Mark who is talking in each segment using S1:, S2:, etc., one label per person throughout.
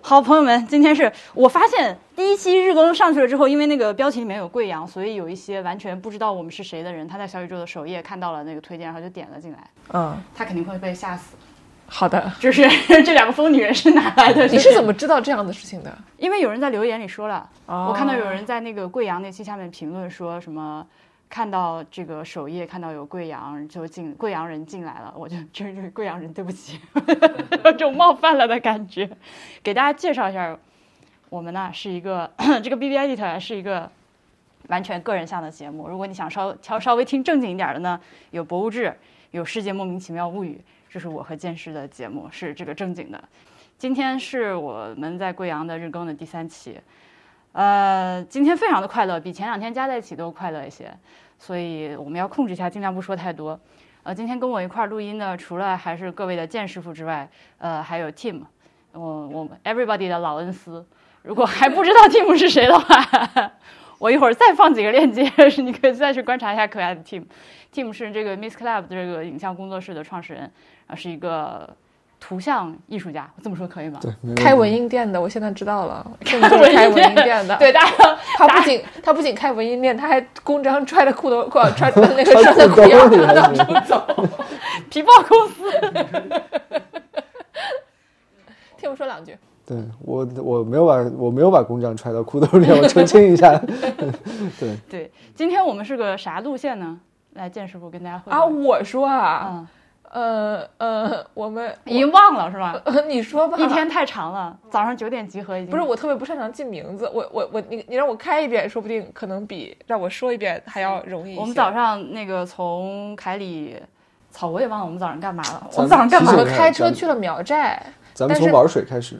S1: 好，朋友们，今天是我发现第一期日更上去了之后，因为那个标题里面有贵阳，所以有一些完全不知道我们是谁的人，他在小宇宙的首页看到了那个推荐，然后就点了进来。
S2: 嗯，
S1: 他肯定会被吓死。
S2: 好的。
S1: 就是 这两个疯女人是哪来 的？
S2: 你是怎么知道这样的事情的？
S1: 因为有人在留言里说了，
S2: 哦
S1: 我看到有人在那个贵阳那期下面评论说什么。看到这个首页，看到有贵阳就进贵阳人进来了，我就真是贵阳人，对不起，有种冒犯了的感觉。给大家介绍一下，我们呢是一个这个 B B Edit 啊是一个完全个人向的节目。如果你想稍挑稍微听正经一点的呢，有《博物志》，有《世界莫名其妙物语》，这是我和剑师的节目，是这个正经的。今天是我们在贵阳的日更的第三期，呃，今天非常的快乐，比前两天加在一起都快乐一些，所以我们要控制一下，尽量不说太多。呃，今天跟我一块儿录音的，除了还是各位的剑师傅之外，呃，还有 Tim，我我们 everybody 的老恩师。如果还不知道 Tim 是谁的话， 我一会儿再放几个链接，是你可以再去观察一下可爱的 Tim。Tim 是这个 Miss Club 这个影像工作室的创始人，啊，是一个图像艺术家，这么说可以吗？
S3: 对，没问题
S2: 开文印店的，我现在知道了，这么就是嗯开文印店的。
S1: 对，大家
S2: 他不仅他不仅开文印店，他还公章揣着裤 兜，裤穿着那个
S3: 穿
S2: 拴在
S3: 裤
S2: 裤
S3: 兜
S2: 腰
S3: 里
S2: 上
S3: 还
S2: 到
S3: 是
S2: 处走。
S1: 皮包公司。
S2: 听我说两句，
S3: 对我我没有把我没有把工匠揣到裤 兜里，我澄清一下。对，
S1: 对，今天我们是个啥路线呢？来，剑师傅跟大家汇报
S2: 啊，我说啊，
S1: 嗯，
S2: 呃呃，我们
S1: 已经忘了是吧？
S2: 呃你说吧，
S1: 一天太长了，早上九点集合已经
S2: 不是我特别不擅长记名字，我我我你你让我开一遍，说不定可能比让我说一遍还要容易一些。
S1: 我们早上那个从凯里，草我也忘了我们早上干嘛了。我
S3: 咱
S1: 们早上干嘛
S2: 我
S3: 啤
S2: 们
S3: 酒
S2: 开车去了苗寨，
S3: 咱们
S2: 但
S3: 从
S2: 是
S3: 玩水开始。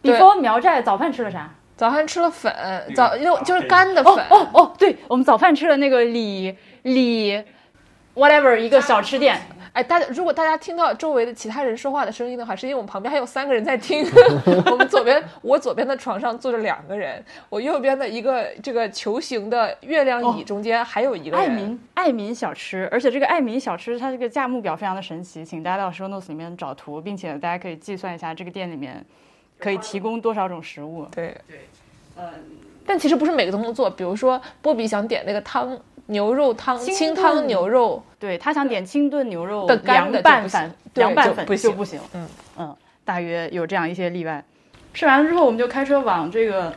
S1: 比
S2: 对
S1: 方苗寨早饭吃了啥？
S2: 早上吃了粉，早因为就是干的粉，
S1: 哦哦，对，我们早饭吃了那个李李，whatever 一个小吃店。
S2: 哎，大家如果大家听到周围的其他人说话的声音的话，是因为我们旁边还有三个人 在听。我们左边，我左边的床上坐着两个人，我右边的一个这个球形的月亮
S1: 哦
S2: 椅中间还有一个
S1: 爱
S2: 人。
S1: 民爱民小吃，而且这个爱民小吃它这个价目表非常的神奇，请大家到 show notes 里面找图，并且大家可以计算一下这个店里面可以提供多少种食物。
S2: 对对，
S1: 呃
S2: 嗯，但其实不是每个都能做，比如说波比想点那个汤。牛肉汤、
S1: 清
S2: 清汤
S1: 炖
S2: 牛肉，
S1: 对他想点清炖牛肉
S2: 的干
S1: 凉
S2: 的就
S1: 拌
S2: 不
S1: 粉
S2: 行，对
S1: 凉拌
S2: 就
S1: 粉
S2: 不
S1: 就
S2: 行
S1: 不行。
S2: 嗯
S1: 嗯，大约有这样一些例外。吃完了之后，我们就开车往这个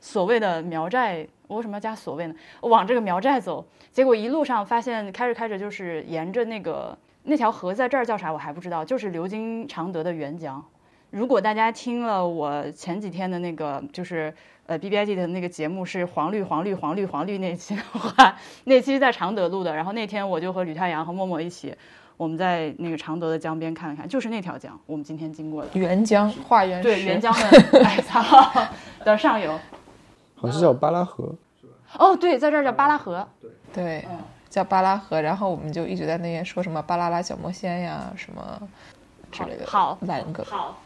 S1: 所谓的苗寨，我为什么要加所谓呢？往这个苗寨走，结果一路上发现开着开着就是沿着那个那条河，在这儿叫啥我还不知道，就是流经常德的沅江。如果大家听了我前几天的那个，就是呃 B B I D 的那个节目是黄绿黄绿黄绿黄绿那期的话，那期在常德录的。然后那天我就和吕太阳和默默一起，我们在那个常德的江边看了看，就是那条江，我们今天经过的。
S2: 沅江化原
S1: 对，
S2: 石
S1: 沅江 的哎操的上游。
S3: 好像
S2: 嗯
S3: 是叫巴拉河，
S1: 哦，对，在这儿叫巴拉河。
S2: 对，
S1: 嗯
S2: 叫巴拉河。然后我们就一直在那边说什么巴啦啦小魔仙呀，什么之类的
S1: 好
S2: 烂梗。
S1: 好。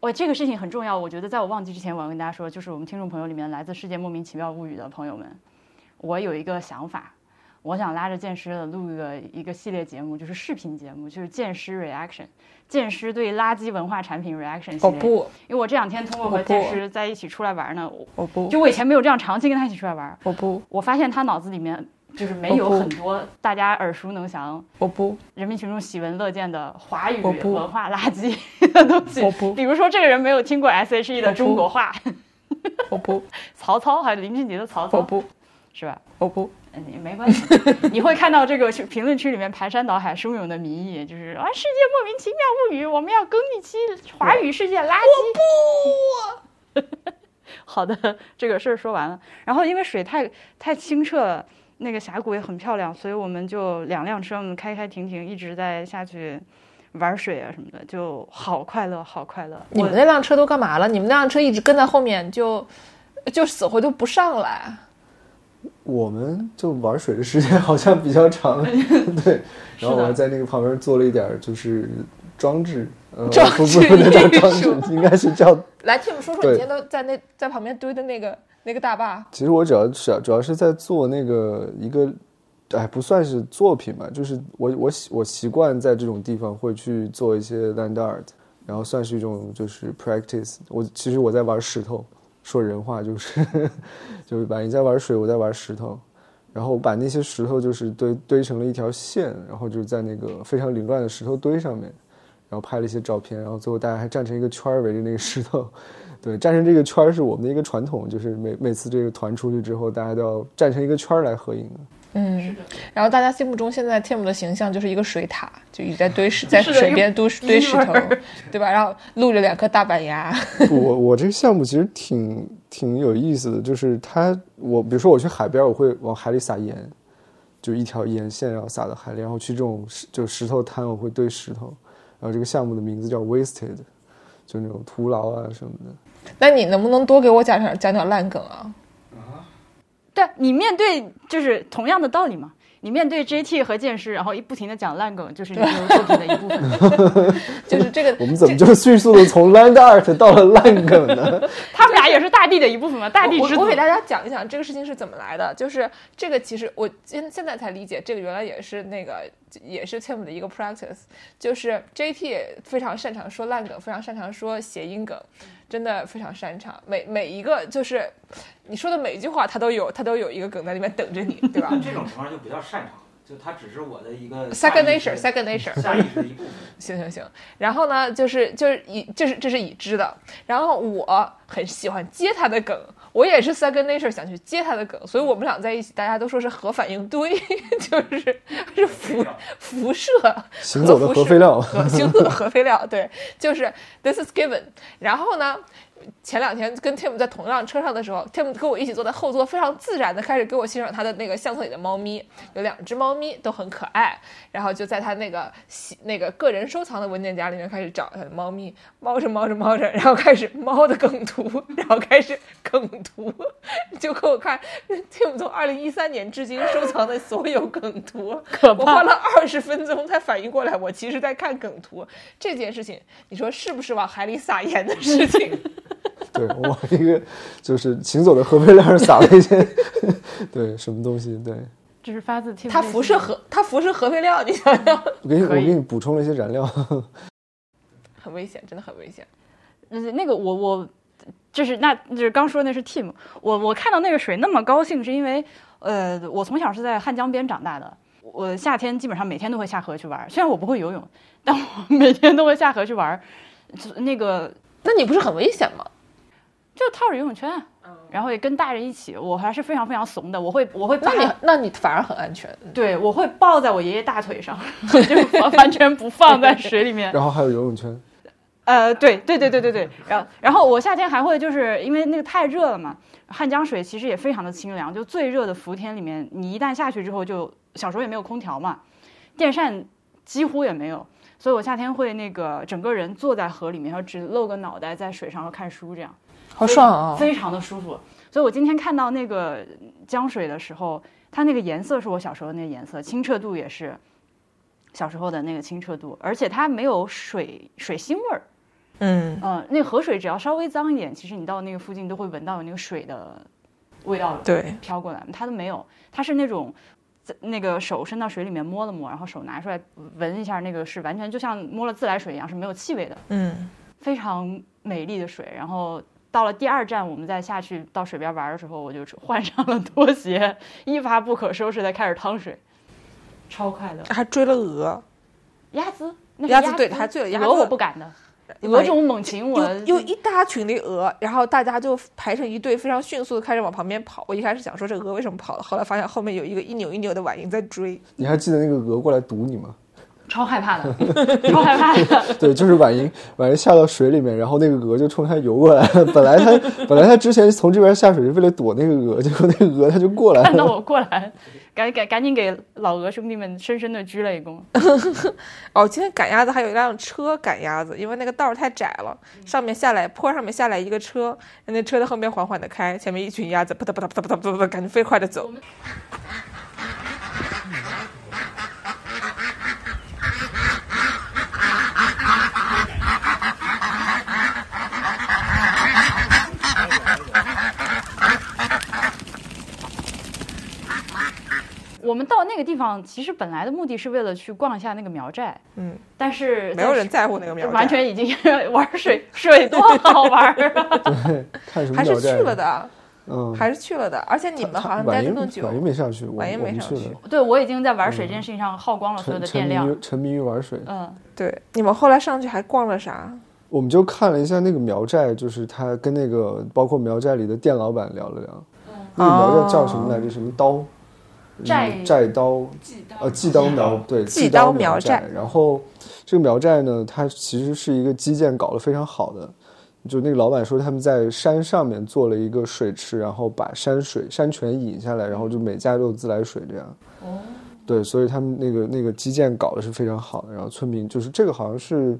S1: 我这个事情很重要，我觉得在我忘记之前，我要跟大家说，就是我们听众朋友里面来自世界莫名其妙物语的朋友们，我有一个想法，我想拉着剑师的录一个一个系列节目，就是视频节目，就是剑师 reaction，剑师对垃圾文化产品 reaction 系
S2: 哦
S1: 列。
S2: 不，
S1: 因为我这两天通过
S2: 我
S1: 和
S2: 不
S1: 剑师在一起出来玩呢，我
S2: 我不，
S1: 就我以前没有这样长期跟他一起出来玩，
S2: 我不，
S1: 我发现他脑子里面就是没
S2: 我
S1: 有
S2: 不
S1: 很多大家耳熟能详、
S2: 我不，
S1: 人民群众喜闻乐见的华语
S2: 我不
S1: 文化垃圾的东西
S2: 我不。
S1: 比如说，这个人没有听过 S.H.E 的中国话，
S2: 我不，
S1: 曹操，还有林俊杰的曹
S2: 我
S1: 操，
S2: 不，
S1: 是吧？
S2: 我不，
S1: 嗯，也没关系， 你会看到这个评论区里面排山倒海、汹涌的民意，就是啊，世界莫名其妙物语，我们要更一期华语世界垃圾。我不。 好的，这个事儿说完了。然后因为水太太清澈了，那个峡谷也很漂亮，所以我们就两辆车，我们开开停停，一直在下去玩水啊什么的，就好快乐，好快乐。
S2: 你
S1: 我
S2: 们那辆车都干嘛了？你们那辆车一直跟在后面就。就死活就不上来，
S3: 我们就玩水的时间好像比 较长。对，然后我还在那个旁边做了一点儿就是装置，呃，
S2: 装
S3: 不
S2: 置
S3: 不不能叫装
S2: 艺
S3: 置
S2: 术，
S3: 应该是叫。
S2: 来，Tim 说说你
S3: 对
S2: 今天都在那在旁边堆的那个那个大坝，
S3: 其实我主要主要主要是在做那个一个，哎，不算是作品吧，就是我我习我习惯在这种地方会去做一些 land art，然后算是一种就是 practice。我其实我在玩石头，说人话就是 就是把你在玩水，我在玩石头，然后我把那些石头就是堆堆成了一条线，然后就是在那个非常凌乱的石头堆上面，然后拍了一些照片，然后最后大家还站成一个圈儿围着那个石头。对，站成这个圈儿是我们的一个传统，就是每每次这个团出去之后，大家都要站成一个圈儿来合影的。
S2: 嗯，然后大家心目中现在 Tim 的形象就是一个水挞，就一直在堆 石，在水边堆石堆石头，对吧？然后露着两颗大板牙，
S3: 我我这个项目其实挺挺有意思的，就是它，我比如说我去海边儿，我会往海里撒盐，就一条盐线，然后撒到海里，然后去这种石就石头滩，我会堆石头，然后这个项目的名字叫 Wasted，就那种徒劳啊什么的。
S2: 那你能不能多给我讲讲讲讲烂梗啊？
S1: 对你面对就是同样的道理嘛。你面对 JT 和剑师，然后一不停的讲烂梗，就是你这个作品的一部分。
S2: 就是这个，
S3: 我们怎么就 迅速的从 Land Art 到了烂梗呢？
S1: 他们俩也是大地的一部分嘛，大地
S2: 我
S1: 之
S2: 我
S1: 子
S2: 给。大家讲一讲这个事情是怎么来的，就是这个其实我现现在才理解，这个原来也是那个也是 Tim 的一个 practice，就是 JT 非常擅长说烂梗，非常擅长说谐音梗，真的非常擅长，每每一个就是你说的每一句话，他都有他都有一个梗在里面等着你，对吧
S4: 这种情况就不叫擅长，就它只是我的一个下
S2: ？Second
S4: 意识
S2: nature, second nature。
S4: 下意识的一部分。
S2: 行行行，然后呢，就是就是已这是这是已知的，然后我很喜欢接他的梗，我也是 second nature 想去接他的梗，所以我们俩在一起，大家都说是核反应堆， 就是 是辐辐射，
S3: 行走的核废料。
S2: 核星座的核废料，对，就是 this is given。然后呢，前两天跟 Tim 在同一辆车上的时候，Tim 跟我一起坐在后座，非常自然的开始给我欣赏他的那个相册里的猫咪，有两只猫咪都很可爱。然后就在他那个喜那个个人收藏的文件夹里面开始找他的猫咪，猫着猫着猫着，然后开始猫的梗图，然后开始梗图，就给我看 Tim 从二零一三年至今收藏的所有梗图，
S1: 可怕
S2: 我花了二十分钟才反应过来，我其实在看梗图这件事情，你说是不是往海里撒盐的事情？
S3: 对我一个就是行走的核废料上撒了一些， 对什么东西？对
S1: 这是发自 Tim
S2: 它
S1: 内
S2: 辐
S1: 心
S2: 射
S1: 的
S2: 核，它辐射核废料，你想想，
S3: 我给你我
S1: 可以
S3: 给你补充了一些燃料。
S2: 很危险，真的很危险。
S1: 呃，那个我我就是那就是刚说那是 team，我我看到那个水那么高兴，是因为呃，我从小是在汉江边长大的，我夏天基本上每天都会下河去玩儿，虽然我不会游泳，但我 每天都会下河去玩儿，就那个
S2: 那你不是很危险吗？
S1: 就套着游泳圈啊。然后也跟大人一起，我还是非常非常怂的，我会我会把
S2: 那你那你反而很安全。
S1: 对我会抱在我爷爷大腿上， 就完全不放在水里
S2: 哎
S1: 面。
S3: 然后还有游泳圈，
S1: 呃，对对对对对对，然后然后我夏天还会就是因为那个太热了嘛，汉江水其实也非常的清凉，就最热的伏天里面，你一旦下去之后就，小时候也没有空调嘛，电扇几乎也没有，所以我夏天会那个整个人坐在河里面，然后只露个脑袋在水上然后看书这样。
S2: 好爽啊！
S1: 非常的舒服。所以我今天看到那个江水的时候，它那个颜色是我小时候那个颜色，清澈度也是小时候的那个清澈度，而且它没有水水腥味儿。
S2: 嗯，
S1: 嗯、那河水只要稍微脏一点，其实你到那个附近都会闻到有那个水的味道
S2: 对，
S1: 飘过来，它都没有，它是那种。在那个手伸到水里面摸了摸，然后手拿出来闻一下，那个是完全就像摸了自来水一样，是没有气味的。
S2: 嗯，
S1: 非常美丽的水。然后到了第二站，我们再下去到水边玩的时候，我就 换上了拖鞋，一发不可收拾的开始趟水，超快乐。
S2: 还追了鹅，
S1: 鸭子，那是
S2: 鸭
S1: 鸭
S2: 子对还对了鸭子
S1: 鹅我不敢的，鹅这种猛禽我
S2: 有有一大群的鹅，然后大家就排成一队，非常迅速的开始往旁边跑。我一开始想说这鹅为什么跑了，后来发现后面有一个一扭一扭的婉莹在追。
S3: 你还记得那个鹅过来堵你吗？
S1: 超害怕的，超害怕的。
S3: 对，就是婉莹，婉莹下到水里面，然后那个鹅就冲她游过来了。本来 她本来她之前从这边下水是为了躲那个鹅，结果那个鹅它就过来
S1: 看到
S3: 了。
S1: 我过来，赶赶赶紧给老鹅兄弟们深深的鞠了一躬。
S2: 哦，今天赶鸭子还有一辆车赶鸭子，因为那个道儿太窄了，
S1: 嗯
S2: 上面下来坡上面下来一个车，那车在后面缓缓的开，前面一群鸭子扑嗒扑嗒扑嗒扑嗒扑嗒，赶紧飞快的走。
S1: 我我们到那个地方，其实本来的目的是为了去逛一下那个苗寨，
S2: 嗯，
S1: 但是
S2: 没有
S1: 在
S2: 人在乎那个苗寨，
S1: 完全已经 玩水水多好玩儿啊！
S3: 看什么
S2: 还是
S3: 鸟
S2: 去
S3: 寨？
S2: 了的，
S3: 嗯，
S2: 还是去了的。而且你们好像
S3: 婉
S2: 待的
S3: 莹
S2: 更久
S3: 婉，莹没上去，我
S2: 婉莹
S3: 我
S2: 没
S3: 们
S2: 上去哦
S3: 了，
S1: 对我已经在玩水这件事情上耗光了所有
S3: 沉
S1: 的
S3: 沉
S1: 电
S3: 迷
S1: 量
S3: 于。沉迷于玩水。
S1: 嗯，
S2: 对，你们后来上去还逛了啥？
S3: 我们就看了一下那个苗寨，就是他跟那个包括苗寨里的店老板聊了聊，那个苗寨叫什么来着？什么刀？嗯
S1: 寨
S3: 寨刀呃，
S4: 记
S3: 祭
S4: 刀
S3: 刀苗对，
S2: 祭
S3: 祭
S2: 刀苗
S3: 苗
S2: 寨
S3: 然后这个苗寨呢，它其实是一个基建搞得非常好的，就那个老板说他们在山上面做了一个水池，然后把山水山泉引下来，然后就每家都有自来水这样。
S1: 哦，
S3: 对，所以他们那个那个基建搞得是非常好的，然后村民就是这个好像是，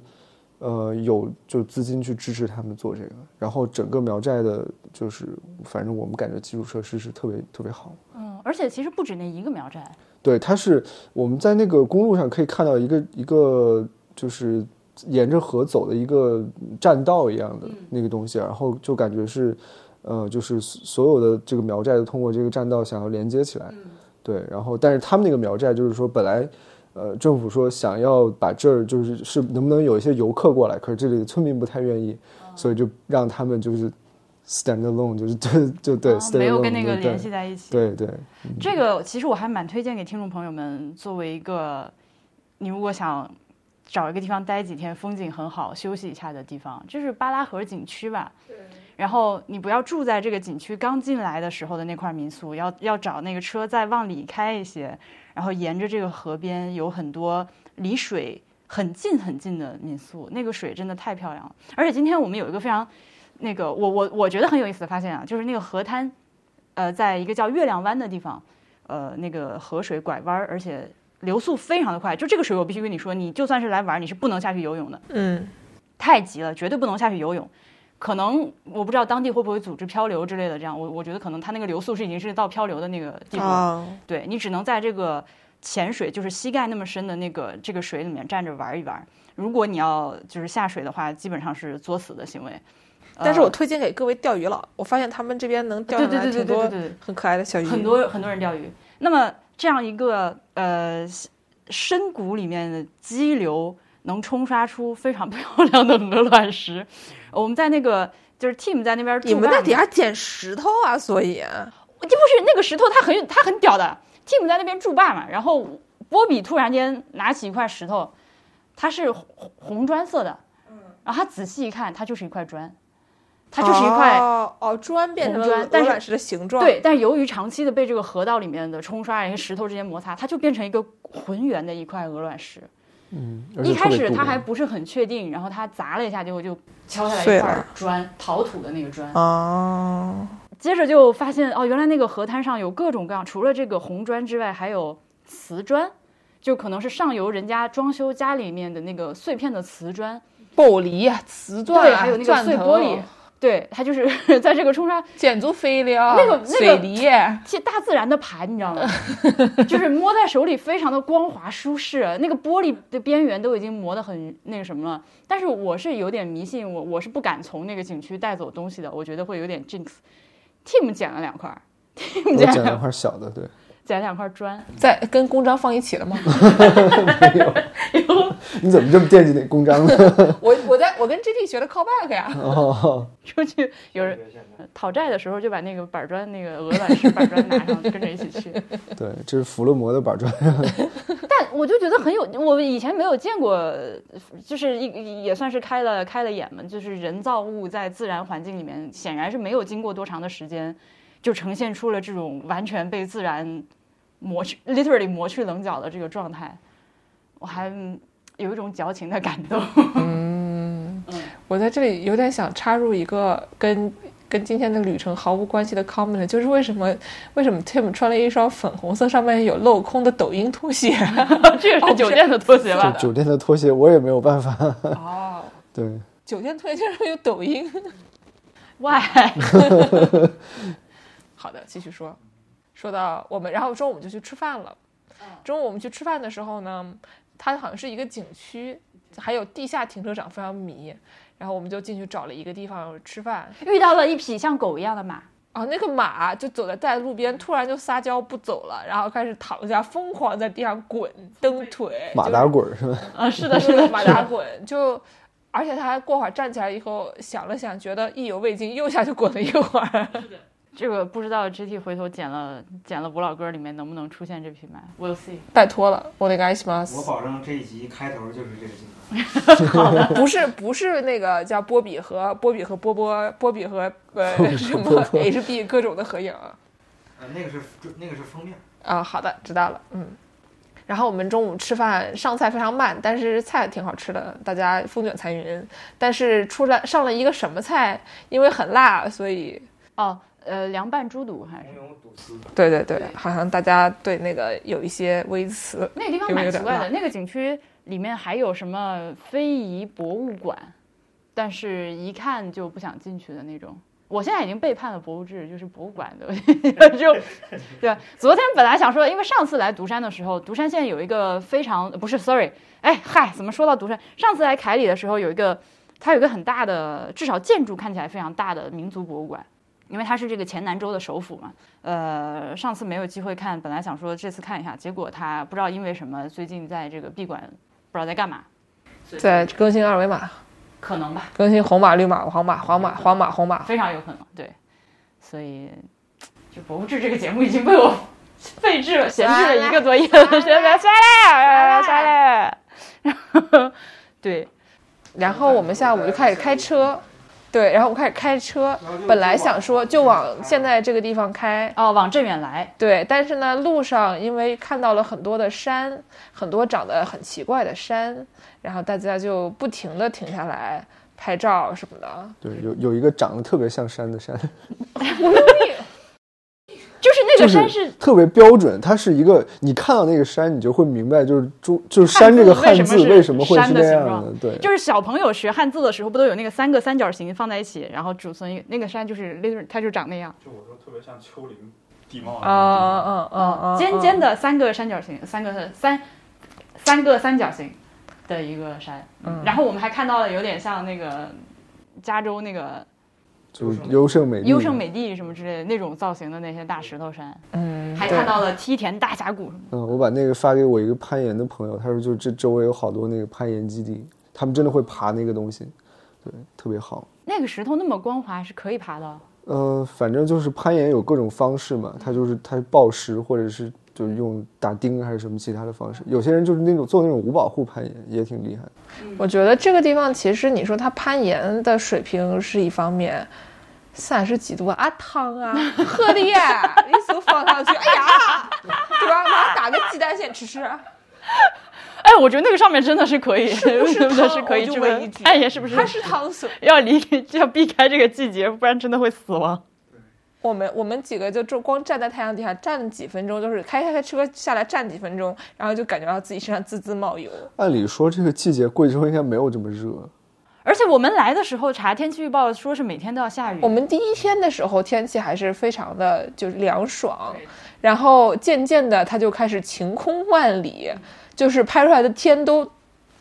S3: 呃，有就资金去支持他们做这个，然后整个苗寨的，就是反正我们感觉基础设施是特别特别好。
S1: 嗯，而且其实不止那一个苗寨，
S3: 对，它是我们在那个公路上可以看到一个一个就是沿着河走的一个栈道一
S1: 嗯
S3: 样的那个东西，啊然后就感觉是，呃，就是所有的这个苗寨都通过这个栈道想要连接起来，
S1: 嗯
S3: 对，然后但是他们那个苗寨就是说本来。呃，政府说想要把这儿就是是能不能有一些游客过来，可是这里的村民不太愿意，
S1: 哦
S3: 所以就让他们就是 stand alone，就是 对就对、
S1: 啊
S3: stand alone，
S1: 没有跟那个
S3: 就
S1: 联系在一起。
S3: 对对对，
S1: 这个其实我还蛮推荐给听众朋友们，作为一个你如果想找一个地方待几天，风景很好，休息一下的地方，就是巴拉河景区吧。然后你不要住在这个景区刚进来的时候的那块民宿，要要找那个车再往里开一些，然后沿着这个河边有很多离水很近很近的民宿，那个水真的太漂亮了。而且今天我们有一个非常那个我我我觉得很有意思的发现啊，就是那个河滩，呃，在一个叫月亮湾的地方，呃，那个河水拐弯儿，而且流速非常的快。就这个水，我必须跟你说，你就算是来玩儿，你是不能下去游泳的。
S2: 嗯，
S1: 太急了，绝对不能下去游泳。可能我不知道当地会不会组织漂流之类的，这样我我觉得可能它那个流速是已经是到漂流的那个地步了，
S2: 啊，
S1: 对你只能在这个潜水就是膝盖那么深的那个这个水里面站着玩一玩。如果你要就是下水的话，基本上是作死的行为。呃
S2: 但是我推荐给各位钓鱼佬，我发现他们这边能钓
S1: 哦对
S2: 上
S1: 对对对
S2: 来挺
S1: 对对
S2: 多
S1: 对，
S2: 很可爱的小鱼，
S1: 很多很多人钓鱼。那么这样一个呃深谷里面的激流，能冲刷出非常漂亮的鹅卵石。 我们在那个就是 team 在那边住
S2: 你们在
S1: 外
S2: 底
S1: 面，
S2: 下捡石头啊，所以
S1: 这不是那个石头，它很它很屌的。team 在那边筑坝嘛，然后波比突然间拿起一块石头，它是红红砖色的，
S2: 嗯
S1: 然后他仔细一看，它就是一块砖，它就是一块
S2: 哦哦砖变成了
S1: 红砖
S2: 鹅
S1: 但是
S2: 卵石的形状，
S1: 对，但是由于长期的被这个河道里面的冲刷，和石头之间摩擦，它就变成一个浑圆的一块鹅卵石。
S3: 嗯，而且
S1: 一
S3: 特
S1: 开
S3: 别
S1: 始
S3: 固
S1: 他
S3: 定
S1: 还不是很确定，然后他砸了一下，结果就敲下来
S2: 碎
S1: 一块
S2: 了
S1: 砖，陶土的那个砖。
S2: 哦，
S1: 接着就发现哦，原来那个河滩上有各种各样，除了这个红砖之外，还有瓷砖，就可能是上游人家装修家里面的那个碎片的瓷砖，
S2: 玻璃啊，瓷钻
S1: 对，
S2: 啊，
S1: 还有那个
S2: 钻
S1: 碎
S2: 头
S1: 玻璃，对，它就是 在这个冲刷
S2: 剪足飞镖，
S1: 那个那个
S2: 水泥，啊
S1: 其实大自然的盘，你知道吗？ 就是摸在手里非常的光滑舒适，那个玻璃的边缘都已经磨得很那个什么了。但是我是有点迷信，我我是不敢从那个景区带走东西的，我觉得会有点 jinx。Tim 捡了两块儿，Tim
S3: 我
S1: 捡了
S3: 捡了
S1: 两
S3: 一块小的，对，
S1: 捡了两块砖，
S2: 在跟公章放一起了吗？
S3: 你怎么这么惦记那公章呢？
S2: 我我在我跟 GT 学的 callback 呀，
S3: 哦，
S1: 出去有人讨债的时候就把那个板砖那个鹅卵石板砖拿上，跟着一起去。
S3: 对，这是福勒摩的板砖，
S1: 但我就觉得很有，我以前没有见过，呃就是一也算是开了开了眼嘛，就是人造物在自然环境里面，显然是没有经过多长的时间，就呈现出了这种完全被自然磨去，literally 磨去棱角的这个状态，我还嗯有一种矫情的感动。
S2: 我在这里有点想插入一个跟。跟今天的旅程毫无关系的 comment，就是为什么为什么 Tim 穿了一双粉红色、上面有镂空的抖音拖鞋？
S1: 这个是酒店的拖鞋吧？
S3: 酒店的拖鞋我也没有办法，
S2: 哦，
S3: 对，
S2: 酒店拖鞋上面有抖音。
S1: 喂，
S2: 好的，继续说。说到我们，然后中午我们就去吃饭了。中午我们去吃饭的时候呢，它好像是一个景区，还有地下停车场非常迷。然后我们就进去找了一个地方吃饭，
S1: 遇到了一匹像狗一样的马，
S2: 啊，那个马就走在在路边，突然就撒娇不走了，然后开始躺下，疯狂在地上滚蹬腿，
S3: 马打滚儿是吧？
S1: 啊，是
S2: 就
S1: 的，
S2: 是
S1: 是的，
S2: 马打滚， 就而且他还过会儿站起来以后想了想，觉得意犹未尽，又下去滚了一会儿。
S1: 这个不知道 GT 回头剪了剪了吴老歌里面能不能出现这匹马，We'll see。
S2: 拜托了，我得干什么？
S4: 我保证这一集开头就是这个镜头。
S2: 不是不是那个叫波比和波比和波波波比和呃什么 HB 各种的合影啊
S4: 呃，那个是那个是封面。
S2: 啊，好的，知道了，嗯。然后我们中午吃饭上菜非常慢，但是菜挺好吃的，大家风卷残云。但是出来上了一个什么菜，因为很辣，所以
S1: 哦，呃，凉拌猪肚还
S4: 红
S1: 是
S4: 油堵丝，
S2: 对对对
S1: 对，
S2: 好像大家对那个有一些微词。
S1: 那个地方
S2: 有
S1: 蛮
S2: 没有
S1: 奇
S2: 点
S1: 怪
S2: 辣
S1: 的，那个景区里面还有什么非遗博物馆，但是一看就不想进去的那种。我现在已经背叛了博物志，就是博物馆的， 就对。昨天本来想说，因为上次来独山的时候，独山现在有一个非常不是，sorry，哎嗨，怎么说到独山？上次来凯里的时候有一个，它有一个很大的，至少建筑看起来非常大的民族博物馆，因为它是这个前南州的首府嘛。呃，上次没有机会看，本来想说这次看一下，结果他不知道因为什么，最近在这个闭馆，不知道在干嘛，
S2: 再更新二维码，
S1: 可能吧，
S2: 更新红马、绿马、黄马、黄马、黄马、红马。
S1: 非常有可能，对，所以就《博物志》这个节目已经被我废置了、闲置了一个多月了，觉 得算了，算了，然后 对，
S2: 然后我们下午就开始开车，对，然后我们开始开车
S4: 然后就，
S2: 本来想说就往现在这个地方开，
S1: 哦，往镇远来，
S2: 对，但是呢，路上因为看到了很多的山，很多长得很奇怪的山，然后大家就不停的停下来拍照什么的。
S3: 对，有有一个长得特别像山的山，
S1: 就是那
S3: 就
S1: 个山是
S3: 特别标准。它是一个，你看到那个山，你就会明白，就是中就是山这个汉字为
S1: 为
S3: 什
S1: 什
S3: 么
S1: 么
S3: 会
S1: 是
S3: 是那样
S1: 山的
S3: 的。对，
S1: 就是小朋友学汉字的时候，不都有那个三个三角形放在一起，然后组成一个那个山，就是那个它就长那样。
S5: 就我说特别像丘陵地貌
S2: 啊啊啊啊！
S1: 尖尖
S2: 的，
S1: 的三个三角形，三个三三个三角形的一个山。
S2: 嗯
S1: 然后我们还看到了有点像那个加州那个
S3: 就是优胜美地，
S1: 优胜美地什么之类的那种造型的那些大石头山，
S2: 嗯，
S1: 还
S2: 对
S1: 看到了梯田大峡谷什么的。
S3: 嗯，我把那个发给我一个攀岩的朋友，他说就这周围有好多那个攀岩基地，他们真的会爬那个东西，对，特别好。
S1: 那个石头那么光滑，是可以爬的。
S3: 呃，反正就是攀岩有各种方式嘛，他就是他暴食或者是就是用打钉还是什么其他的方式，有些人就是那种做那种无保护攀岩也挺厉害的。
S2: 我觉得这个地方其实你说它攀岩的水平是一方面，三十几度啊，汤啊， 喝的耶，你手放上去，哎呀， 对吧？马上打个鸡蛋先吃啊吃。
S1: 哎，我觉得那个上面真的是可以，是
S2: 不是
S1: 的
S2: 汤
S1: 是可以
S2: 我就
S1: 这
S2: 问一
S1: 么
S2: 句
S1: 攀岩，是不是
S2: 它是汤水。
S1: 要离 要避开这个季节，不然真的会死亡。
S2: 我们我们几个就就光站在太阳底下站了几分钟，就是开开开车下来站几分钟，然后就感觉到自己身上滋滋冒油。
S3: 按理说这个季节贵州应该没有这么热，
S1: 而且我们来的时候查天气预报，说是每天都要下雨。
S2: 我们第一天的时候天气还是非常的就是凉爽，然后渐渐的它就开始晴空万里，就是拍出来的天都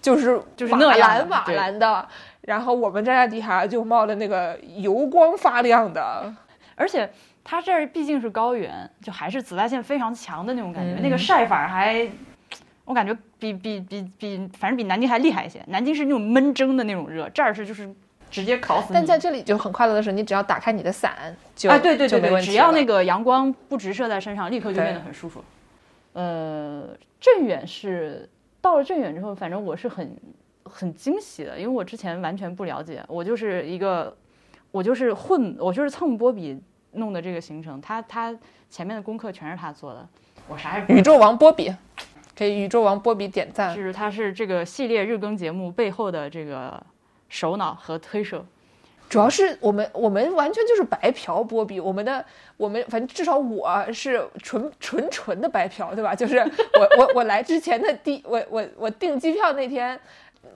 S2: 就是
S1: 就是
S2: 瓦
S1: 那样的
S2: 蓝瓦
S1: 对
S2: 蓝的，然后我们站在底下就冒着那个油光发亮
S1: 嗯
S2: 的，
S1: 而且它这儿毕竟是高原，就还是紫外线非常强的那种感觉，那
S2: 嗯
S1: 个晒法还，我感觉比比比比，反正比南京还厉害一些。南京是那种闷蒸的那种热，这儿是就是直接烤死你。
S2: 但在这里就很快乐的是，你只要打开你的伞就
S1: 啊，对对
S2: 就
S1: 对
S2: 没
S1: 对，
S2: 问题
S1: 只要
S2: 了
S1: 那个阳光不直射在身上，立刻就
S2: 对
S1: 变得很舒服。呃，镇远是到了镇远之后，反正我是很很惊喜的，因为我之前完全不了解，我就是一个我就是混，我就是蹭波比弄的这个行程，他他前面的功课全是他做的，我啥也不
S2: 宇宙王波比，给宇宙王波比点赞
S1: 就。是他是这个系列日更节目背后的这个首脑和推手。
S2: 主要是我们我们完全就是白嫖波比，我们的我们反正至少我是纯纯纯的白嫖，对吧？就是我我我来之前的第我我我订机票那天。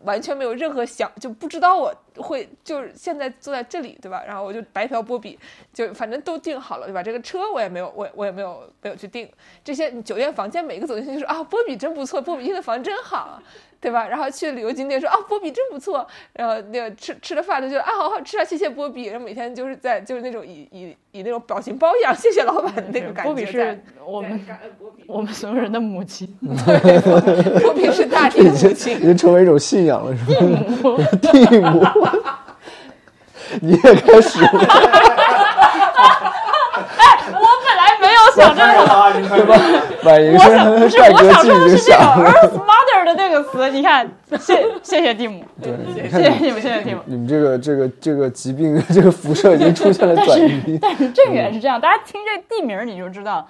S2: 完全没有任何想，就不知道我会就是现在坐在这里，对吧？然后我就白嫖波比，就反正都订好了，对吧？这个车我也没有，我我也没有没有去订这些你酒店房间，每个走进去就说啊，波比真不错，波比订的房真好，对吧？然后去旅游景点说啊，波比真不错，然后那个吃吃了饭就觉得啊，好好吃啊，谢谢波比。然后每天就是在就是那种以以以那种表情包一样，谢谢老板的那种感觉在。
S1: 波比是我们
S6: 感恩波比，
S1: 我们所有人的母亲，
S2: 波比是 大地的母亲
S3: 已。经成为一种信仰了，是吧？ 地母，你也开始了
S1: 本来没有想这
S5: 开
S1: 个。
S5: 了啊，您开了啊，
S3: 马云
S1: 我想不是
S3: 是帅
S1: 我
S3: 哥
S1: 想
S3: 季
S1: 说
S3: 已
S1: 的
S3: 经
S1: 是这
S3: 想
S1: 个
S3: 了，
S1: earth mother 的那个词，你看，谢谢谢蒂姆，
S3: 对，你
S1: 谢
S3: 看
S1: 谢
S3: 你
S1: 蒂姆，谢谢蒂姆。
S3: 你们这个这个这个疾病这个辐射已经出现了转移，
S1: 但是郑源是这样，大家听这地名儿你就知道，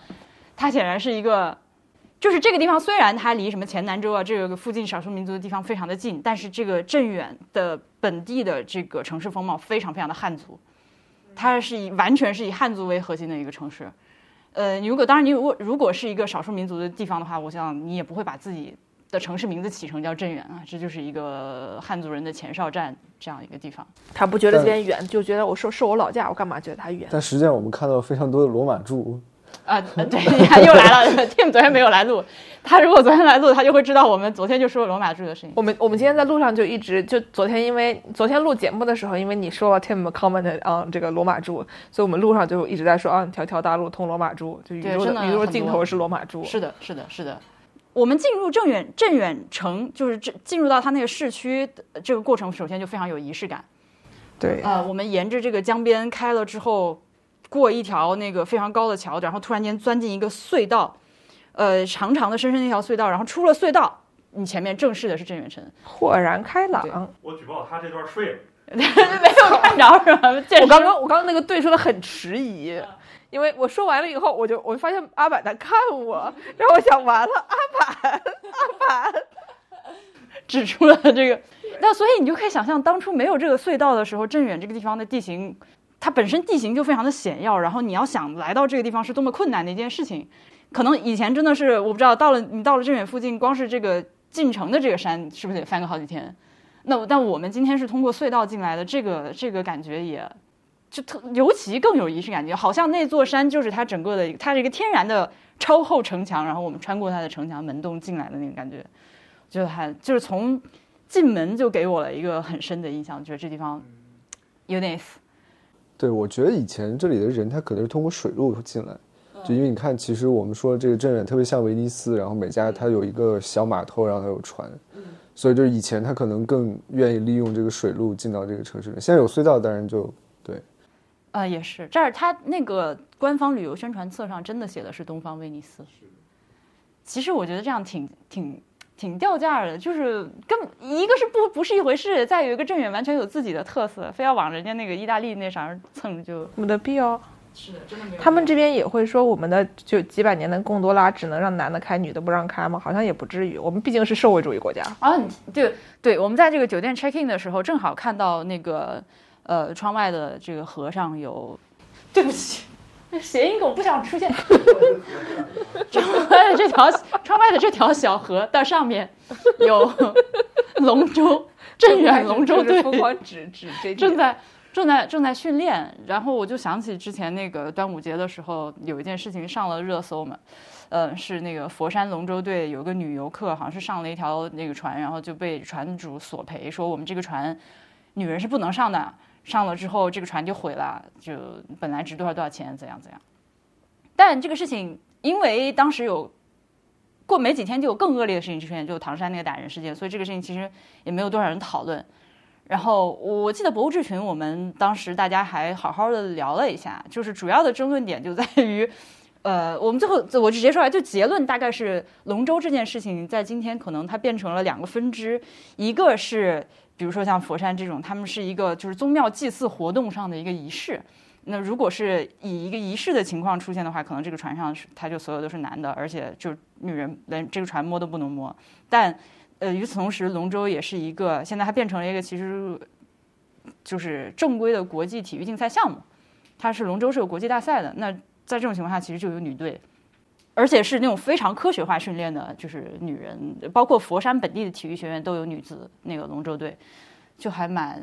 S1: 它显然是一个，就是这个地方虽然它离什么黔南州啊这个附近少数民族的地方非常的近，但是这个镇远的本地的这个城市风貌非常非常的汉族，它是以完全是以汉族为核心的一个城市。呃，你如果当然你如果如果是一个少数民族的地方的话，我想你也不会把自己的城市名字起成叫镇远啊，这就是一个汉族人的前哨站这样一个地方。
S2: 他不觉得
S3: 但
S2: 这边远，就觉得我说是我老家，我干嘛觉得它远？
S3: 但实际上我们看到非常多的罗马柱，
S1: 啊，呃对，你看又来了。Tim 昨天没有来录，他如果昨天来录，他就会知道我们昨天就说罗马柱的事情。
S2: 我们我们今天在路上就一直就昨天，因为昨天录节目的时候，因为你说了 Tim comment on 这个罗马柱，所以我们路上就一直在说啊，条条大路通罗马柱，就宇
S1: 对
S2: 宙
S1: 真的很
S2: 宇宙
S1: 多
S2: 尽头是罗马柱。
S1: 是的，是的，是的。我们进入镇远镇远城，就是这进入到它那个市区呃这个过程，首先就非常有仪式感。
S2: 对，
S1: 呃，我们沿着这个江边开了之后，过一条那个非常高的桥，然后突然间钻进一个隧道，呃，长长的、深深的一条隧道，然后出了隧道，你前面正视的是镇远城，
S2: 豁然开朗。
S5: 我举报他这段睡了，
S1: 没有看着是吧？这
S2: 我刚刚我刚刚那个对说的很迟疑，因为我说完了以后，我就我就发现阿板在看 我，然后我想完了，
S1: 指出了这个。那所以你就可以想象，当初没有这个隧道的时候，镇远这个地方的地形，它本身地形就非常的险要，然后你要想来到这个地方是多么困难的一件事情。可能以前真的是我不知道，到了你到了镇远附近，光是这个进城的这个山，是不是得翻个好几天？那但我们今天是通过隧道进来的，这个这个感觉也就特尤其更有仪式感觉，好像那座山就是它整个的一个，它是一个天然的超厚城墙，然后我们穿过它的城墙门洞进来的那个感觉，就还就是从进门就给我了一个很深的印象，觉得这地方有点意思。
S3: 对，我觉得以前这里的人他可能是通过水路进来，
S1: 嗯
S3: 就因为你看，其实我们说这个镇远特别像威尼斯，然后每
S1: 嗯
S3: 家它有一个小码头，然后它有船，所以就是以前他可能更愿意利用这个水路进到这个城市里。现在有隧道，当然就对，
S1: 呃，也是这儿，它那个官方旅游宣传册上真的写的是东方威尼斯。其实我觉得这样挺挺挺掉价儿的，就是根本一个是不不是一回事，再有一个镇远完全有自己的特色，非要往人家那个意大利那啥儿蹭就。
S2: 我们的必要。
S1: 是的，真的没有
S2: 他们这边也会说，我们的就几百年的贡多拉只能让男的开，女的不让开吗？好像也不至于，我们毕竟是社会主义国家。
S1: 啊，你对对，我们在这个酒店 check in 的时候，正好看到那个呃窗外的这个河上有， 对不起，那谐音梗不想出现。窗外的这条窗外的这条小河的上面有 龙舟，镇远龙舟队
S2: 疯狂指指这
S1: 正在正在正在训练，然后我就想起之前那个端午节的时候，有一件事情上了热搜嘛，呃，是那个佛山龙舟队有个女游客，好像是上了一条那个船，然后就被船主索赔，说我们这个船女人是不能上的，上了之后这个船就毁了，就本来值多少多少钱，怎样怎样。但这个事情，因为当时有。过没几天就有更恶劣的事情出现，就唐山那个打人事件，所以这个事情其实也没有多少人讨论。然后我记得博物志群，我们当时大家还好好的聊了一下，就是主要的争论点就在于，呃，我们最后我直接说来，就结论大概是龙舟这件事情在今天可能它变成了两个分支，一个是比如说像佛山这种，他们是一个就是宗庙祭祀活动上的一个仪式。那如果是以一个仪式的情况出现的话，可能这个船上是它就所有都是男的，而且就女人连这个船摸都不能摸。但呃，与此同时，龙舟也是一个现在它变成了一个其实就是正规的国际体育竞赛项目，它是龙舟是有国际大赛的。那在这种情况下，其实就有女队，而且是那种非常科学化训练的，就是女人，包括佛山本地的体育学院都有女子那个龙舟队，就还蛮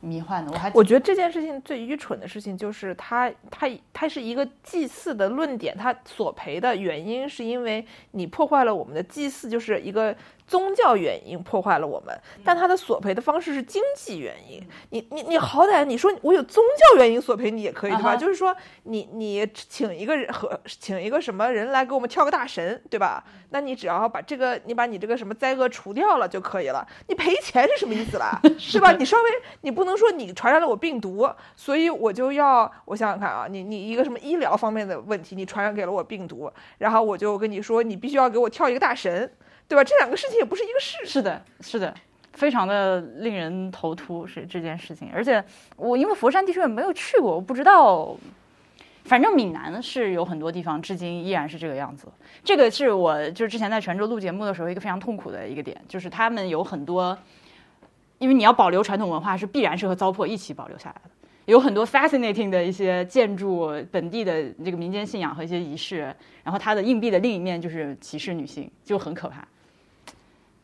S1: 迷幻的。我还
S2: 我觉得这件事情最愚蠢的事情就是他他他是一个祭祀的论点，他索赔的原因是因为你破坏了我们的祭祀，就是一个宗教原因破坏了我们，
S1: 嗯
S2: 但他的索赔的方式是经济原因。你你你好歹你说我有宗教原因索赔你也可以对
S1: 啊
S2: 吧？
S1: 哈
S2: 就是说你你请一个人和请一个什么人来给我们跳个大神对吧？
S1: 嗯
S2: 那你只要把这个你把你这个什么灾厄除掉了就可以了。你赔钱是什么意思 啦？是吧？你稍微你不能说你传染了我病毒，所以我就要我想想看啊，你你一个什么医疗方面的问题，你传染给了我病毒，然后我就跟你说你必须要给我跳一个大神。对吧？这两个事情也不是一个事情。
S1: 是的，是的，非常的令人头秃，是这件事情。而且我因为佛山地区也没有去过，我不知道。反正闽南是有很多地方至今依然是这个样子，这个是我就是之前在泉州录节目的时候一个非常痛苦的一个点，就是他们有很多，因为你要保留传统文化是必然是和糟粕一起保留下来的，有很多 fascinating 的一些建筑、本地的这个民间信仰和一些仪式，然后它的硬币的另一面就是歧视女性，就很可怕。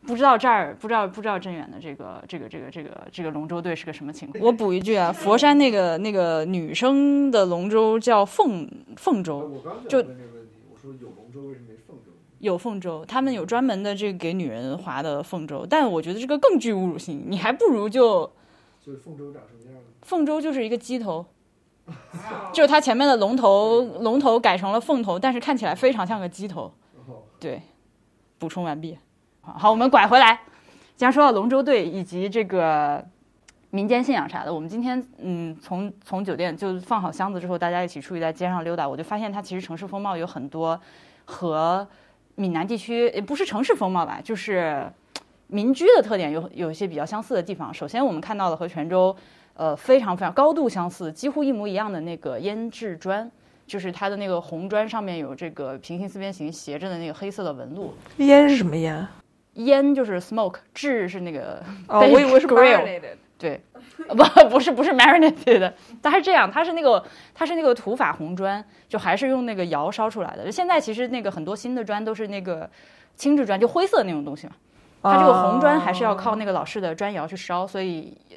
S1: 不知道这儿，不知道不知道镇远的这个这个这个这个这个龙舟队是个什么情况？我补一句啊，佛山那个那个女生的龙舟叫凤凤舟，
S3: 我刚
S1: 就
S3: 想问这个问题，我说有龙舟为什么没凤舟？
S1: 有凤舟，他们有专门的这个给女人划的凤舟，但我觉得这个更具侮辱性，你还不如就
S3: 就是凤舟长什么样呢？
S1: 凤舟就是一个鸡头， 就是它前面的龙头龙头改成了凤头，但是看起来非常像个鸡头。
S3: 哦，
S1: 对，补充完毕。好，好我们拐回来。既然说到龙舟队以及这个民间信仰啥的，我们今天嗯，从从酒店就放好箱子之后，大家一起出去在街上溜达，我就发现它其实城市风貌有很多和闽南地区呃也不是城市风貌吧，就是民居的特点有有一些比较相似的地方。首先，我们看到了和泉州呃非常非常高度相似，几乎一模一样的那个腌制砖。就是它的那个红砖上面有这个平行四边形斜着的那个黑色的纹路，
S2: 烟是什么烟？
S1: 烟就是 smoke，制是那个
S2: 哦，
S1: Baked
S2: 我以为是
S1: grill
S2: marinated
S1: 对，不 不是不是 marinated 的，它是这样，它是那个它是那个土法红砖，就还是用那个窑烧出来的。就现在其实那个很多新的砖都是那个轻质砖，就灰色那种东西嘛。它这个红砖还是
S2: 哦
S1: 要靠那个老式的砖窑去烧，所以呃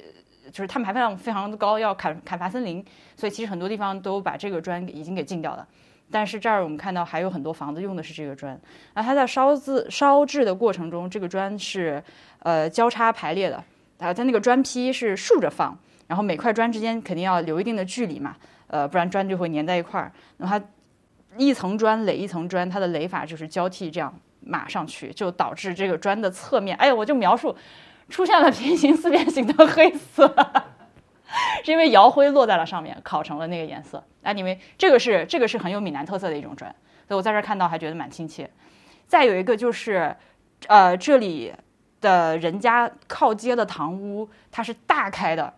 S1: 就是碳排放量非常的高，要砍砍伐森林，所以其实很多地方都把这个砖给已经给禁掉了。但是这儿我们看到还有很多房子用的是这个砖，那它在烧制烧制的过程中，这个砖是呃交叉排列的，啊，它那个砖坯是竖着放，然后每块砖之间肯定要留一定的距离嘛，呃，不然砖就会粘在一块儿。然后它一层砖垒一层砖，它的垒法就是交替这样码上去，就导致这个砖的侧面，哎呀，我就描述出现了平行四边形的黑色， 是因为窑灰落在了上面，烤成了那个颜色。哎，你们这个是这个是很有闽南特色的一种砖，所以我在这儿看到还觉得蛮亲切。再有一个就是，呃，这里的人家靠街的堂屋，它是大开的，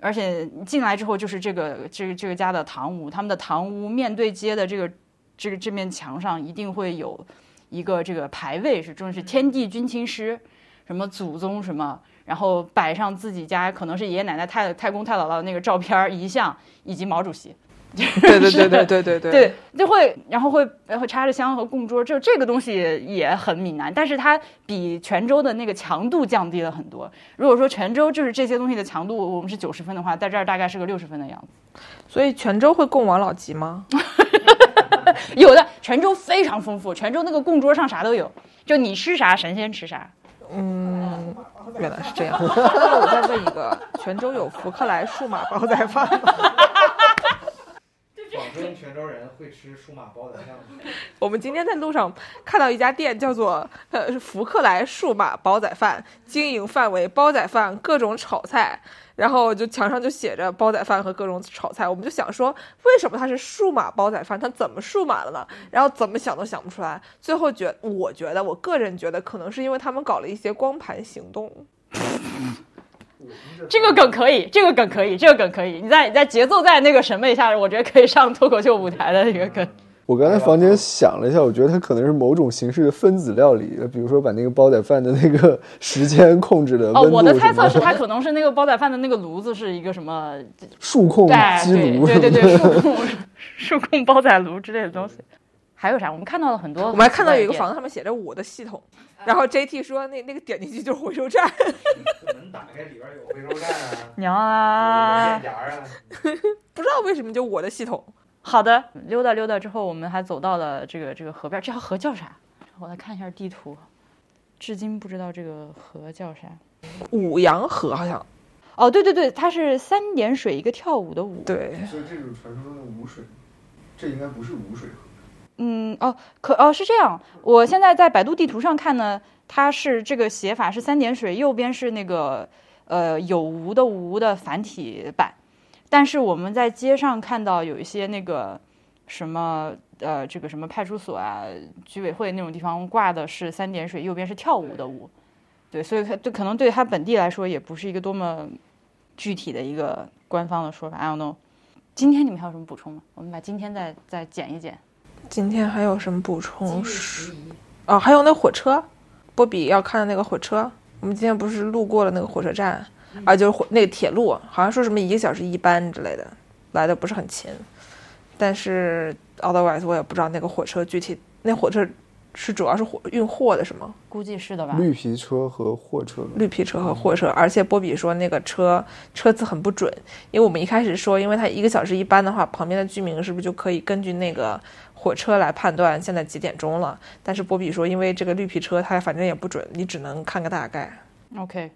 S1: 而且进来之后就是这个这个这个家的堂屋，他们的堂屋面对街的这个这个这面墙上一定会有一个这个牌位，是真是天地君亲师，什么祖宗什么，然后摆上自己家可能是爷爷奶奶太太公太姥姥的那个照片儿遗像，以及毛主席。
S2: 对对对对对对对
S1: 对，就会然后会然后插着香和供桌，就这个东西也很闽南，但是它比泉州的那个强度降低了很多。如果说泉州就是这些东西的强度，我们是九十分的话，在这儿大概是个六十分的样子。
S2: 所以泉州会供王老吉吗？
S1: 有的泉州非常丰富，泉州那个供桌上啥都有，就你吃啥神仙吃啥。
S2: 嗯，原来是这 样。那我再问一个，泉州有福克莱数码煲仔饭吗？
S4: 广东泉州人会吃数码煲仔 饭吗？
S2: 我们今天在路上看到一家店，叫做呃是福克莱数码煲仔饭，经营范围煲仔饭各种炒菜，然后就墙上就写着煲仔饭和各种炒菜，我们就想说为什么它是数码煲仔饭，它怎么数码了呢？然后怎么想都想不出来，最后觉我觉得我个人觉得可能是因为他们搞了一些光盘行动。
S1: 这个梗可以，这个梗可以，这个梗可以。你在你在节奏在那个审美下，我觉得可以上脱口秀舞台的一个梗。
S3: 我
S1: 哎
S3: 刚才房间想了一下，我觉得它可能是某种形式的分子料理，比如说把那个煲仔饭的那个 时间控制的
S1: 哦，
S3: 温度
S1: 我的
S3: 什
S1: 猜
S3: 么
S1: 测是它可能是那个煲仔饭的那个炉子是一个什么
S3: 数控
S1: 对
S3: 机炉什
S1: 对
S3: 么
S1: 对对
S3: 的。
S1: 对，数控数控煲仔炉之类的东西。还有啥？我们看到了很多，
S2: 我们还看到有一个房子，上面写着我的系统，然后 JT 说那那个点进去就是回收站。
S4: 门打开里边有回收站啊，
S1: 娘啊
S4: 有！电夹啊，
S2: 不知道为什么就我的系统，
S1: 好的，溜达溜达之后，我们还走到了这个这个河边儿，这条河叫啥？我来看一下地图。至今不知道这个河叫啥。
S2: 五羊河好像
S1: 哦，对对对，它是三点水一个跳舞的舞。
S2: 对，
S3: 所以这就是传说中的无水，这应该不是无水河。
S1: 嗯，哦，可哦是这样，我现在在百度地图上看呢，它是这个写法是三点水，右边是那个呃有无的无的繁体版，但是我们在街上看到有一些那个什么呃这个什么派出所啊、居委会那种地方挂的是三点水，右边是跳舞的舞，对，所以可对可能对它本地来说也不是一个多么具体的一个官方的说法，I don't know。今天你们还有什么补充吗？我们把今天再再剪一剪。
S2: 今天还有什么补充？是哦，还有那火车，波比要看的那个火车，我们今天不是路过了那个火车站，啊，就是火那个铁路，好像说什么一个小时一班之类的，来的不是很勤，但是 otherwise 我也不知道那个火车具体，那火车是主要是火运货的是吗？
S1: 估计是的吧。
S3: 绿皮车和货车，
S2: 绿皮车和货车，而且波比说那个车车次很不准，因为我们一开始说，因为它一个小时一班的话，旁边的居民是不是就可以根据那个火车来判断现在几点钟了？但是波比说，因为这个绿皮车它反正也不准，你只能看个大概。
S1: OK，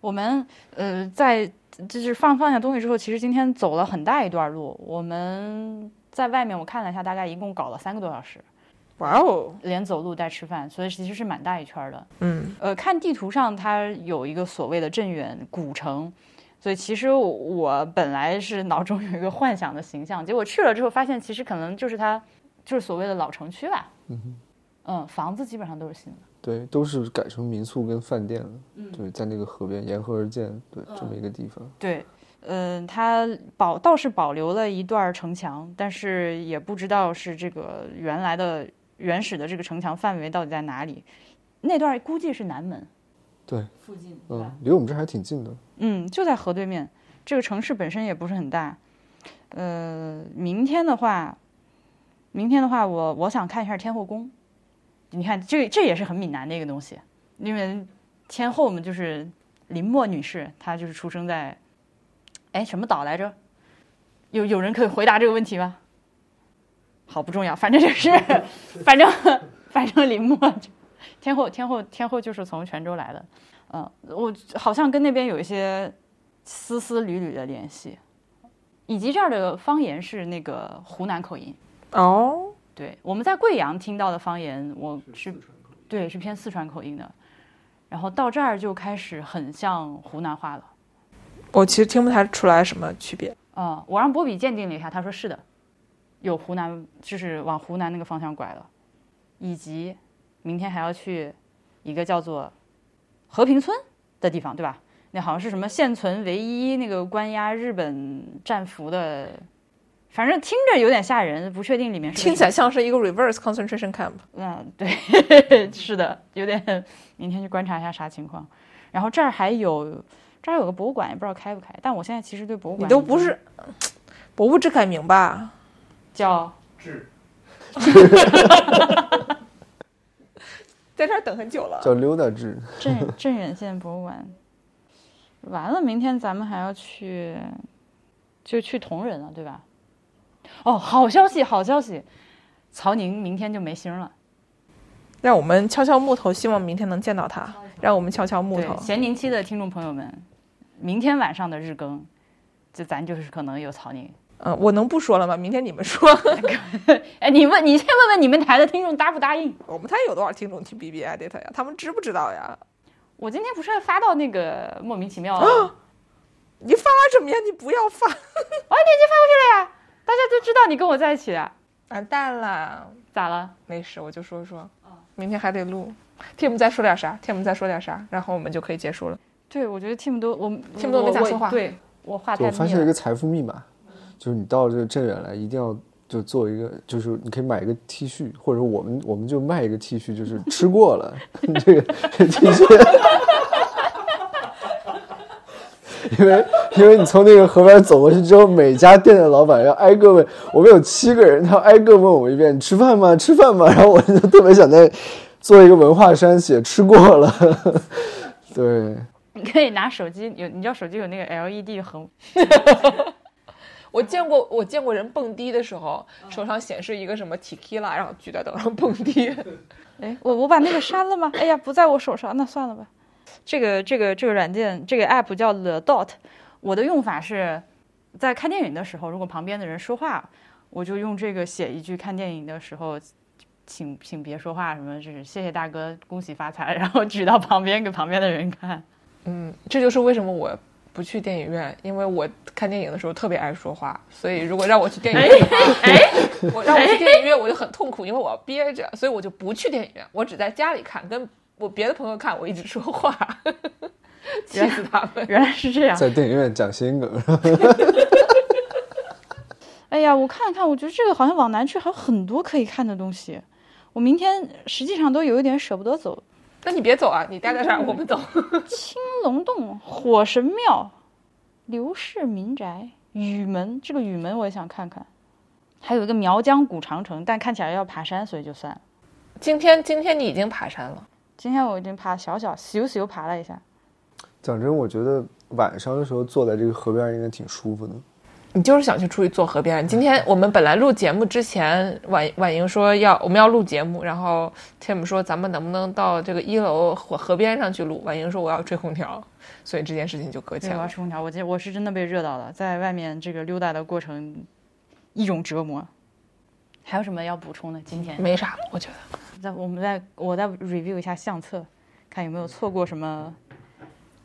S1: 我们呃在就是放放下东西之后，其实今天走了很大一段路。我们在外面我看了一下，大概一共搞了三个多小时，
S2: 哇哦，
S1: 连走路带吃饭，所以其实是蛮大一圈儿的。
S2: 嗯，
S1: 呃，看地图上它有一个所谓的镇远古城，所以其实我本来是脑中有一个幻想的形象，结果去了之后发现，其实可能就是它就是所谓的老城区吧。
S3: 嗯哼，
S1: 嗯，房子基本上都是新的。
S3: 对，都是改成民宿跟饭店了。对，在那个河边沿河而建，对，这么一个地方。
S1: 对，嗯、它保倒是保留了一段城墙，但是也不知道是这个原来的原始的这个城墙范围到底在哪里。那段估计是南门，
S3: 对，
S1: 附近，
S3: 嗯，离我们这还挺近的。
S1: 嗯，就在河对面。这个城市本身也不是很大。呃，明天的话，明天的话我，我想看一下天后宫。你看，这这也是很闽南的一个东西，因为天后嘛，就是林默女士，她就是出生在，哎，什么岛来着？有有人可以回答这个问题吗？好，不重要，反正就是，反正反正林默天后天后天后就是从泉州来的，嗯，我好像跟那边有一些丝丝缕缕的联系，以及这儿的方言是那个湖南口音。
S2: 哦，
S1: 对，我们在贵阳听到的方言，我是对是偏四川口音的，然后到这儿就开始很像湖南话了。
S2: 我其实听不太出来什么区别。
S1: 嗯，我让波比鉴定了一下，他说是的，有湖南，就是往湖南那个方向拐了，以及明天还要去一个叫做和平村的地方，对吧？那好像是什么现存唯一那个关押日本战俘的，反正听着有点吓人，不确定里面是个
S2: 听起
S1: 什么
S2: 来像是一个 reverse concentration camp。
S1: 嗯，对， 是的，有点，明天去观察一下啥情况。然后这儿还有，这儿有个博物馆，也不知道开不开。但我现在其实对博物
S2: 你
S1: 馆
S2: 都
S1: 已
S2: 不
S1: 经
S2: 是博物志改名吧？
S1: 叫
S5: 治
S2: 在这儿等很久了。
S3: 叫溜达志，
S1: 镇镇远县博物馆。完了，明天咱们还要去，就去铜仁了，对吧？哦，好消息，好消息，曹宁明天就没星了。
S2: 让我们敲敲木头，希望明天能见到他。让我们敲敲木
S1: 对
S2: 头，。
S1: 咸宁期的听众朋友们，明天晚上的日更，就咱就是可能有曹宁。
S2: 嗯，我能不说了吗？明天你们说。
S1: 哎，你问，你先问问你们台的听众答不答应？
S2: 我们台有多少听众听 B B I data 呀？他们知不知道呀？
S1: 我今天不是还发到那个莫名其妙，
S2: 啊你发什么呀？你不要发，
S1: 大家都知道你跟我在一起啊，
S2: 完蛋了。
S1: 咋了？
S2: 没事，我就说说。明天还得录。Tim 再说点啥？Tim 再说点啥？然后我们就可以结束了。
S1: 对，我觉得 Tim 都我
S2: Tim 都没咋
S1: 我
S2: 说话
S1: 对我话
S3: 就
S1: 太
S3: 我发
S1: 密
S3: 现了一
S1: 了
S3: 个。财富密码，就是你到这个镇远来，一定要就做一个，就是你可以买一个 T 恤，或者我们我们就卖一个 T 恤，就是吃过了 这个 T 恤。因为因为你从那个河边走过去之后，每家店的老板要挨个问，我们有七个人，他要挨个问我们一遍：“你吃饭吗？吃饭吗？”然后我就特别想在做一个文化衫，写“吃过了”， 对。
S1: E 你可以拿手机有，你知道手机有那个 LED 横，
S2: 我见过我见过人蹦迪的时候，手上显示一个什么 tequila，然后举在头上蹦迪。
S1: 哎，我我把那个删了吗？ 哎呀，不在我手上，那算了吧。这个这个这个软件这个 app 叫 The Dot，我的用法是，在看电影的时候，如果旁边的人说话，我就用这个写一句看电影的时候，请请别说话，什么就是谢谢大哥，恭喜发财，然 后举到旁边给旁边的人看。
S2: 嗯，这就是为什么我不去电影院，因为我看电影的时候特别爱说话，所以如果让我去电影院的话，我让我去电影院我就很痛苦，因为我要憋着，所以我就不去电影院，我只在家里看，跟我别的朋友看，我一直说话， 气死他们。
S1: 原来是这样。
S3: 在电影院讲新梗，
S1: 哎呀，我看了看，我觉得这个好像往南去还有很多可以看的东西。我明天实际上都有一点舍不得走。
S2: 那你别走啊，你待在这儿，我们走。
S1: 青龙洞、火神庙、刘氏民宅、雨门，这个雨门我也想看看。还有一个苗疆古长城，但看起来要爬山，所以就算了。
S2: 今天今天你已经爬山了，
S1: 今天我已经爬小小咻咻爬了一下，
S3: 讲真，我觉得晚上的时候坐在这个河边儿应该挺舒服的。
S2: 你就是想去出去坐河边。今天我们本来录节目之前，婉婉莹说要我们要录节目，然后 Tim 说咱们能不能到这个一楼河河边上去录？婉莹说我要吹空调，所以这件事情就搁
S1: 对，
S2: 浅
S1: 我要
S2: 了。
S1: 吃空调。我今我是真的被热到了，在外面这个溜达的过程，一种折磨。还有什么要补充的？今天
S2: 没啥，我觉得。
S1: 再我们再我再 review 一下相册，看有没有错过什么。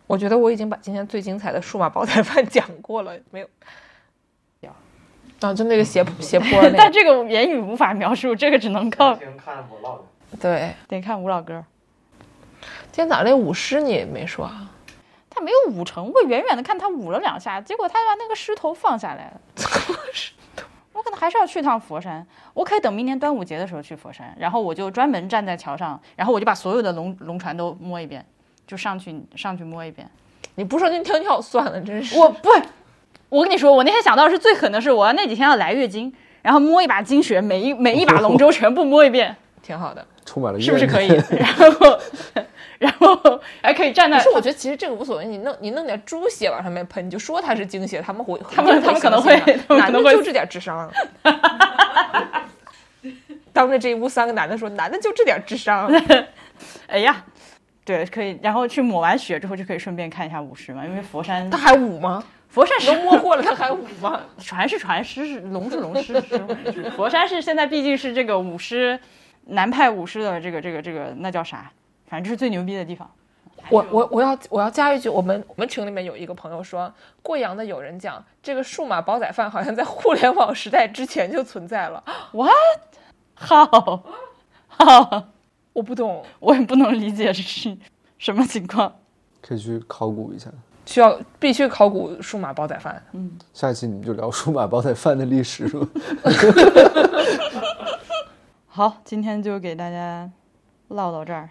S2: 我觉得我已经把今天最精彩的数码煲仔饭讲过了，没有。啊，就那个斜斜坡那
S1: 但
S2: 个，
S1: 这个言语无法描述，这个只能靠
S5: 先看 vlog，
S2: 对，
S1: 得看吴老根儿。
S2: 今天早上那舞狮你也没说啊，
S1: 他没有舞成，我远远的看他舞了两下，结果他把那个狮头放下来了。 我可能还是要去趟佛山，我可以等明年端午节的时候去佛山，然后我就专门站在桥上，然后我就把所有的龙龙船都摸一遍，就上去上去摸一遍。
S2: 你不说你跳跳算了，真是。
S1: 我不，我跟你说，我那天想到是最狠的是，我那几天要来月经，然后摸一把经血，每一每一把龙舟全部摸一遍，
S2: 挺好的。
S3: 充满了
S1: 是不是
S3: 怨
S1: 可以
S3: 念？？
S1: 然后，然后还可以站在
S2: 但是 我觉得其实这个无所谓，你弄你弄点猪血往上面喷，你就说它是精血，他们会啊
S1: 他们他们可能会他们可
S2: 男的
S1: 能会
S2: 就这点智商。啊当着这一屋三个男的说，男的就这点智商，
S1: 哎呀，对，可以，然后去抹完血之后就可以顺便看一下舞狮嘛，因为佛山
S2: 他还舞吗？
S1: 佛山是
S2: 都摸过了，他还舞吗？
S1: 船是船，狮是龙是龙，狮是狮龙。佛山是现在毕竟是这个舞狮，南派舞狮的这个这个这个那叫啥？反正这是最牛逼的地方。
S2: 我我我要我要加一句，我们我们群里面有一个朋友说，贵阳的有人讲，这个数码煲仔饭好像在互联网时代之前就存在了，
S1: 好，好，
S2: 我不懂，
S1: 我也不能理解这是什么情况。
S3: 可以去考古一下。
S2: 需要必须考古数码煲仔饭。
S3: 下一期你们就聊 数码煲仔饭的历史吧。
S1: 好，今天就给大家唠到这儿。